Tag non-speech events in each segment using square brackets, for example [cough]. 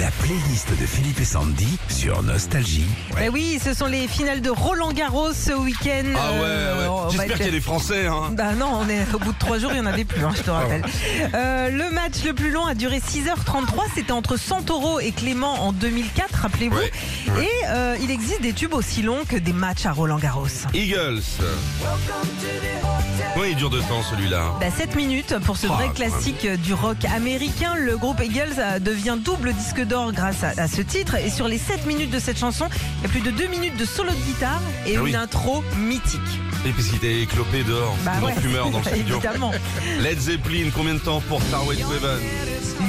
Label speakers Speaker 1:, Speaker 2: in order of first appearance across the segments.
Speaker 1: La playlist de Philippe et Sandy sur Nostalgie.
Speaker 2: Mais Bah oui, ce sont les finales de Roland Garros ce week-end.
Speaker 3: Ah ouais,
Speaker 2: Euh,
Speaker 3: ouais.
Speaker 2: on va
Speaker 3: j'espère
Speaker 2: être-
Speaker 3: qu'il y a des Ah Français. Hein.
Speaker 2: Bah non, on est au bout de trois jours, il n'y en avait plus, hein, je te rappelle. Euh, le match le plus long a duré 6h33, c'était entre Santoro et Clément en 2004, rappelez-vous.
Speaker 3: Ouais,
Speaker 2: Et euh, il existe des tubes aussi longs que des matchs à Roland Garros.
Speaker 3: Eagles. Oui, il dure deux temps celui-là.
Speaker 2: Bah, 7 minutes pour ce
Speaker 3: Ah,
Speaker 2: vrai
Speaker 3: quand
Speaker 2: classique du rock américain. Le groupe Eagles euh, devient double disque d'or grâce à, à ce titre. Et sur les 7 minutes de cette chanson, il y a plus de 2 minutes de solo de guitare et
Speaker 3: Ah
Speaker 2: une
Speaker 3: oui.
Speaker 2: intro mythique.
Speaker 3: Et puis qu'il était éclopé dehors, non
Speaker 2: Bah ouais,
Speaker 3: fumeur
Speaker 2: [laughs]
Speaker 3: dans le studio.
Speaker 2: Évidemment.
Speaker 3: Led Zeppelin, combien de temps pour Starway to Heaven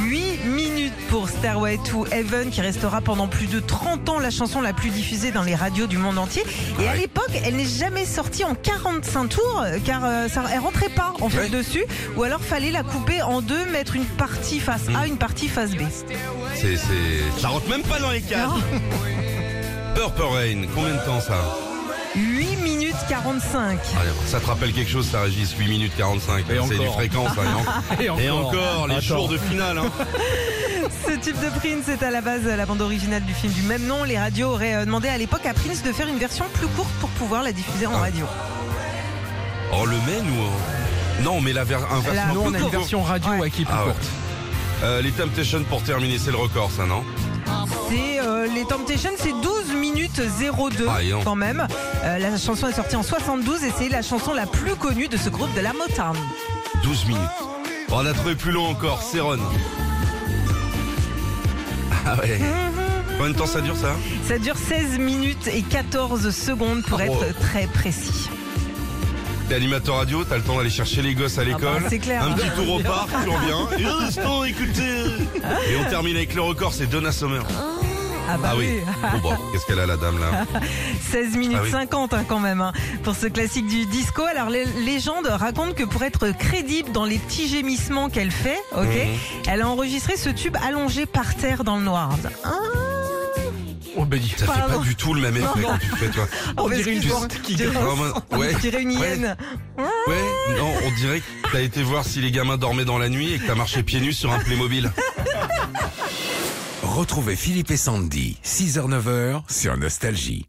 Speaker 2: 8 minutes pour Stairway to Heaven qui restera pendant plus de 30 ans la chanson la plus diffusée dans les radios du monde entier. Et à
Speaker 3: Ouais.
Speaker 2: l'époque, elle n'est jamais sortie en 45 tours euh, car euh, ça, elle rentrait pas en fait
Speaker 3: Ouais.
Speaker 2: dessus ou alors fallait la couper en deux, mettre une partie face
Speaker 3: Mm.
Speaker 2: A, une partie face B.
Speaker 3: C'est, c'est... Ça rentre même pas dans les cadres. Purple Rain, combien de temps ça
Speaker 2: 8 minutes 45.
Speaker 3: Ah, Ça te rappelle quelque chose, ça, Régis 8 minutes 45.
Speaker 4: Et
Speaker 3: c'est
Speaker 4: encore.
Speaker 3: du fréquence. hein,
Speaker 4: [laughs]
Speaker 3: et, en- et encore, les
Speaker 4: Attends.
Speaker 3: jours de finale. hein.
Speaker 2: Ce type de Prince est à la base la bande originale du film du même nom. Les radios auraient euh, demandé à l'époque à Prince de faire une version plus courte pour pouvoir la diffuser
Speaker 3: Ah
Speaker 2: en radio.
Speaker 3: Oh, le mène ou. euh, Non, mais la ver... un version
Speaker 2: Nous,
Speaker 3: plus
Speaker 4: Nous, on a une
Speaker 3: court.
Speaker 4: version radio
Speaker 2: Ouais.
Speaker 4: ouais, qui est plus
Speaker 3: Ah ouais.
Speaker 4: courte.
Speaker 3: Euh, les Temptations pour terminer, c'est le record, ça, non
Speaker 2: C'est euh, les Temptations, c'est 12 minutes 02
Speaker 3: Ah, et non.
Speaker 2: quand même. Euh, la chanson est sortie en 72 et c'est la chanson la plus connue de ce groupe de la Motown.
Speaker 3: 12 minutes. On a trouvé plus long encore, Céron. Ah ouais. Combien de temps ça dure ça
Speaker 2: Ça dure 16 minutes et 14 secondes pour être
Speaker 3: wow.
Speaker 2: très précis.
Speaker 3: T'es animateur radio, t'as le temps d'aller chercher les gosses à l'école.
Speaker 2: bah, c'est clair.
Speaker 3: Un petit tour au parc, tu
Speaker 2: [laughs]
Speaker 3: reviens. Et restons, écoutez. Et on termine avec le record, c'est Donna Summer.
Speaker 2: Ah bah
Speaker 3: Ah
Speaker 2: oui. [laughs]
Speaker 3: oui. Bon, bah, qu'est-ce qu'elle a la dame là
Speaker 2: 16 minutes
Speaker 3: Ah oui.
Speaker 2: 50 hein, quand même hein, pour ce classique du disco. Alors les légendes racontent que pour être crédible dans les petits gémissements qu'elle fait, ok,
Speaker 3: Mhm.
Speaker 2: elle a enregistré ce tube allongé par terre dans le noir. Hein
Speaker 4: Oh, ben dis.
Speaker 3: Ça fait
Speaker 2: Pardon.
Speaker 3: pas du tout le même effet quand tu fais toi.
Speaker 2: Oh,
Speaker 4: dirait une
Speaker 2: excuse-moi.
Speaker 4: porte qui
Speaker 2: On dirait-
Speaker 3: grince. Ouais.
Speaker 2: On dirait une
Speaker 3: Ouais.
Speaker 2: hyène.
Speaker 3: Ouais, non, on dirait que t'as été voir si les gamins dormaient dans la nuit et que t'as marché pieds nus sur un Playmobil.
Speaker 1: Retrouvez Philippe et Sandy, 6h-9h sur Nostalgie.